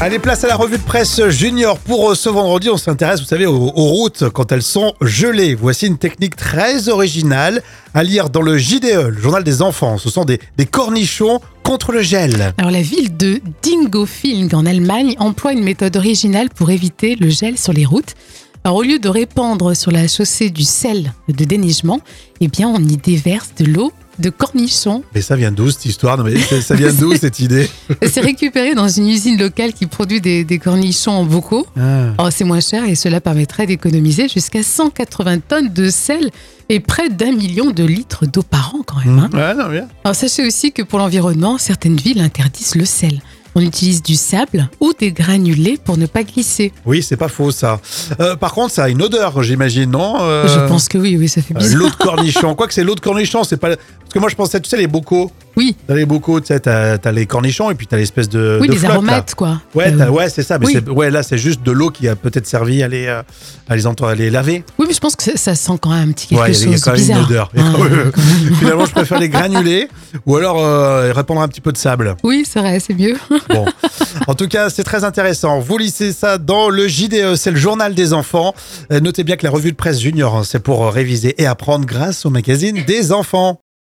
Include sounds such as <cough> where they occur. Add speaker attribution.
Speaker 1: Allez, place à la revue de presse junior. Pour euh, ce vendredi, on s'intéresse, vous savez, aux, aux routes quand elles sont gelées. Voici une technique très originale à lire dans le JDE, le journal des enfants. Ce sont des, des cornichons contre le gel.
Speaker 2: Alors la ville de Dingolfing en Allemagne emploie une méthode originale pour éviter le gel sur les routes. Alors au lieu de répandre sur la chaussée du sel de déneigement, eh bien on y déverse de l'eau de cornichons. <laughs>
Speaker 1: Mais ça vient d'où cette histoire Non, mais ça ça vient d'où cette idée
Speaker 2: C'est récupéré dans une usine locale qui produit des, des cornichons en bocaux.
Speaker 1: Ah.
Speaker 2: Alors, c'est moins cher et cela permettrait d'économiser jusqu'à 180 tonnes de sel et près d'un million de litres d'eau par an quand même. hein.
Speaker 1: Ouais, non, bien.
Speaker 2: Alors sachez aussi que pour l'environnement, certaines villes interdisent le sel. On utilise du sable ou des granulés pour ne pas glisser.
Speaker 1: Oui, c'est pas faux ça. Euh, par contre, ça a une odeur, j'imagine, non Euh,
Speaker 2: Je pense que oui, oui, ça fait
Speaker 1: euh,
Speaker 2: bizarre.
Speaker 1: l'eau de cornichon. Quoi que c'est l'eau de cornichon, c'est pas. Parce que moi, je pensais, tu sais, les bocaux.
Speaker 2: oui,
Speaker 1: T'as les bocaux, tu sais, t'as t'as les cornichons et puis t'as l'espèce de.
Speaker 2: oui,
Speaker 1: de
Speaker 2: des
Speaker 1: flotte, là.
Speaker 2: aromates quoi.
Speaker 1: Ouais,
Speaker 2: Euh,
Speaker 1: t'as- ouais, c'est ça. Mais
Speaker 2: oui.
Speaker 1: c'est- ouais, là, c'est juste de l'eau qui a peut-être servi à les, euh, à les, ento- à les laver.
Speaker 2: oui, mais je pense que ça, ça sent quand même un petit quelque
Speaker 1: ouais, il y a- il y a
Speaker 2: chose
Speaker 1: quand même
Speaker 2: bizarre.
Speaker 1: une odeur.
Speaker 2: Ah,
Speaker 1: Ouais, ouais.
Speaker 2: quand même.
Speaker 1: <laughs> Finalement, je préfère les granuler ou alors euh, répandre un petit peu de sable.
Speaker 2: Oui, c'est vrai, c'est mieux.
Speaker 1: Bon. En tout cas, c'est très intéressant. Vous lisez ça dans le JDE, c'est le journal des enfants. Euh, Notez bien que la revue de presse junior, hein, c'est pour euh, réviser et apprendre grâce au magazine des enfants.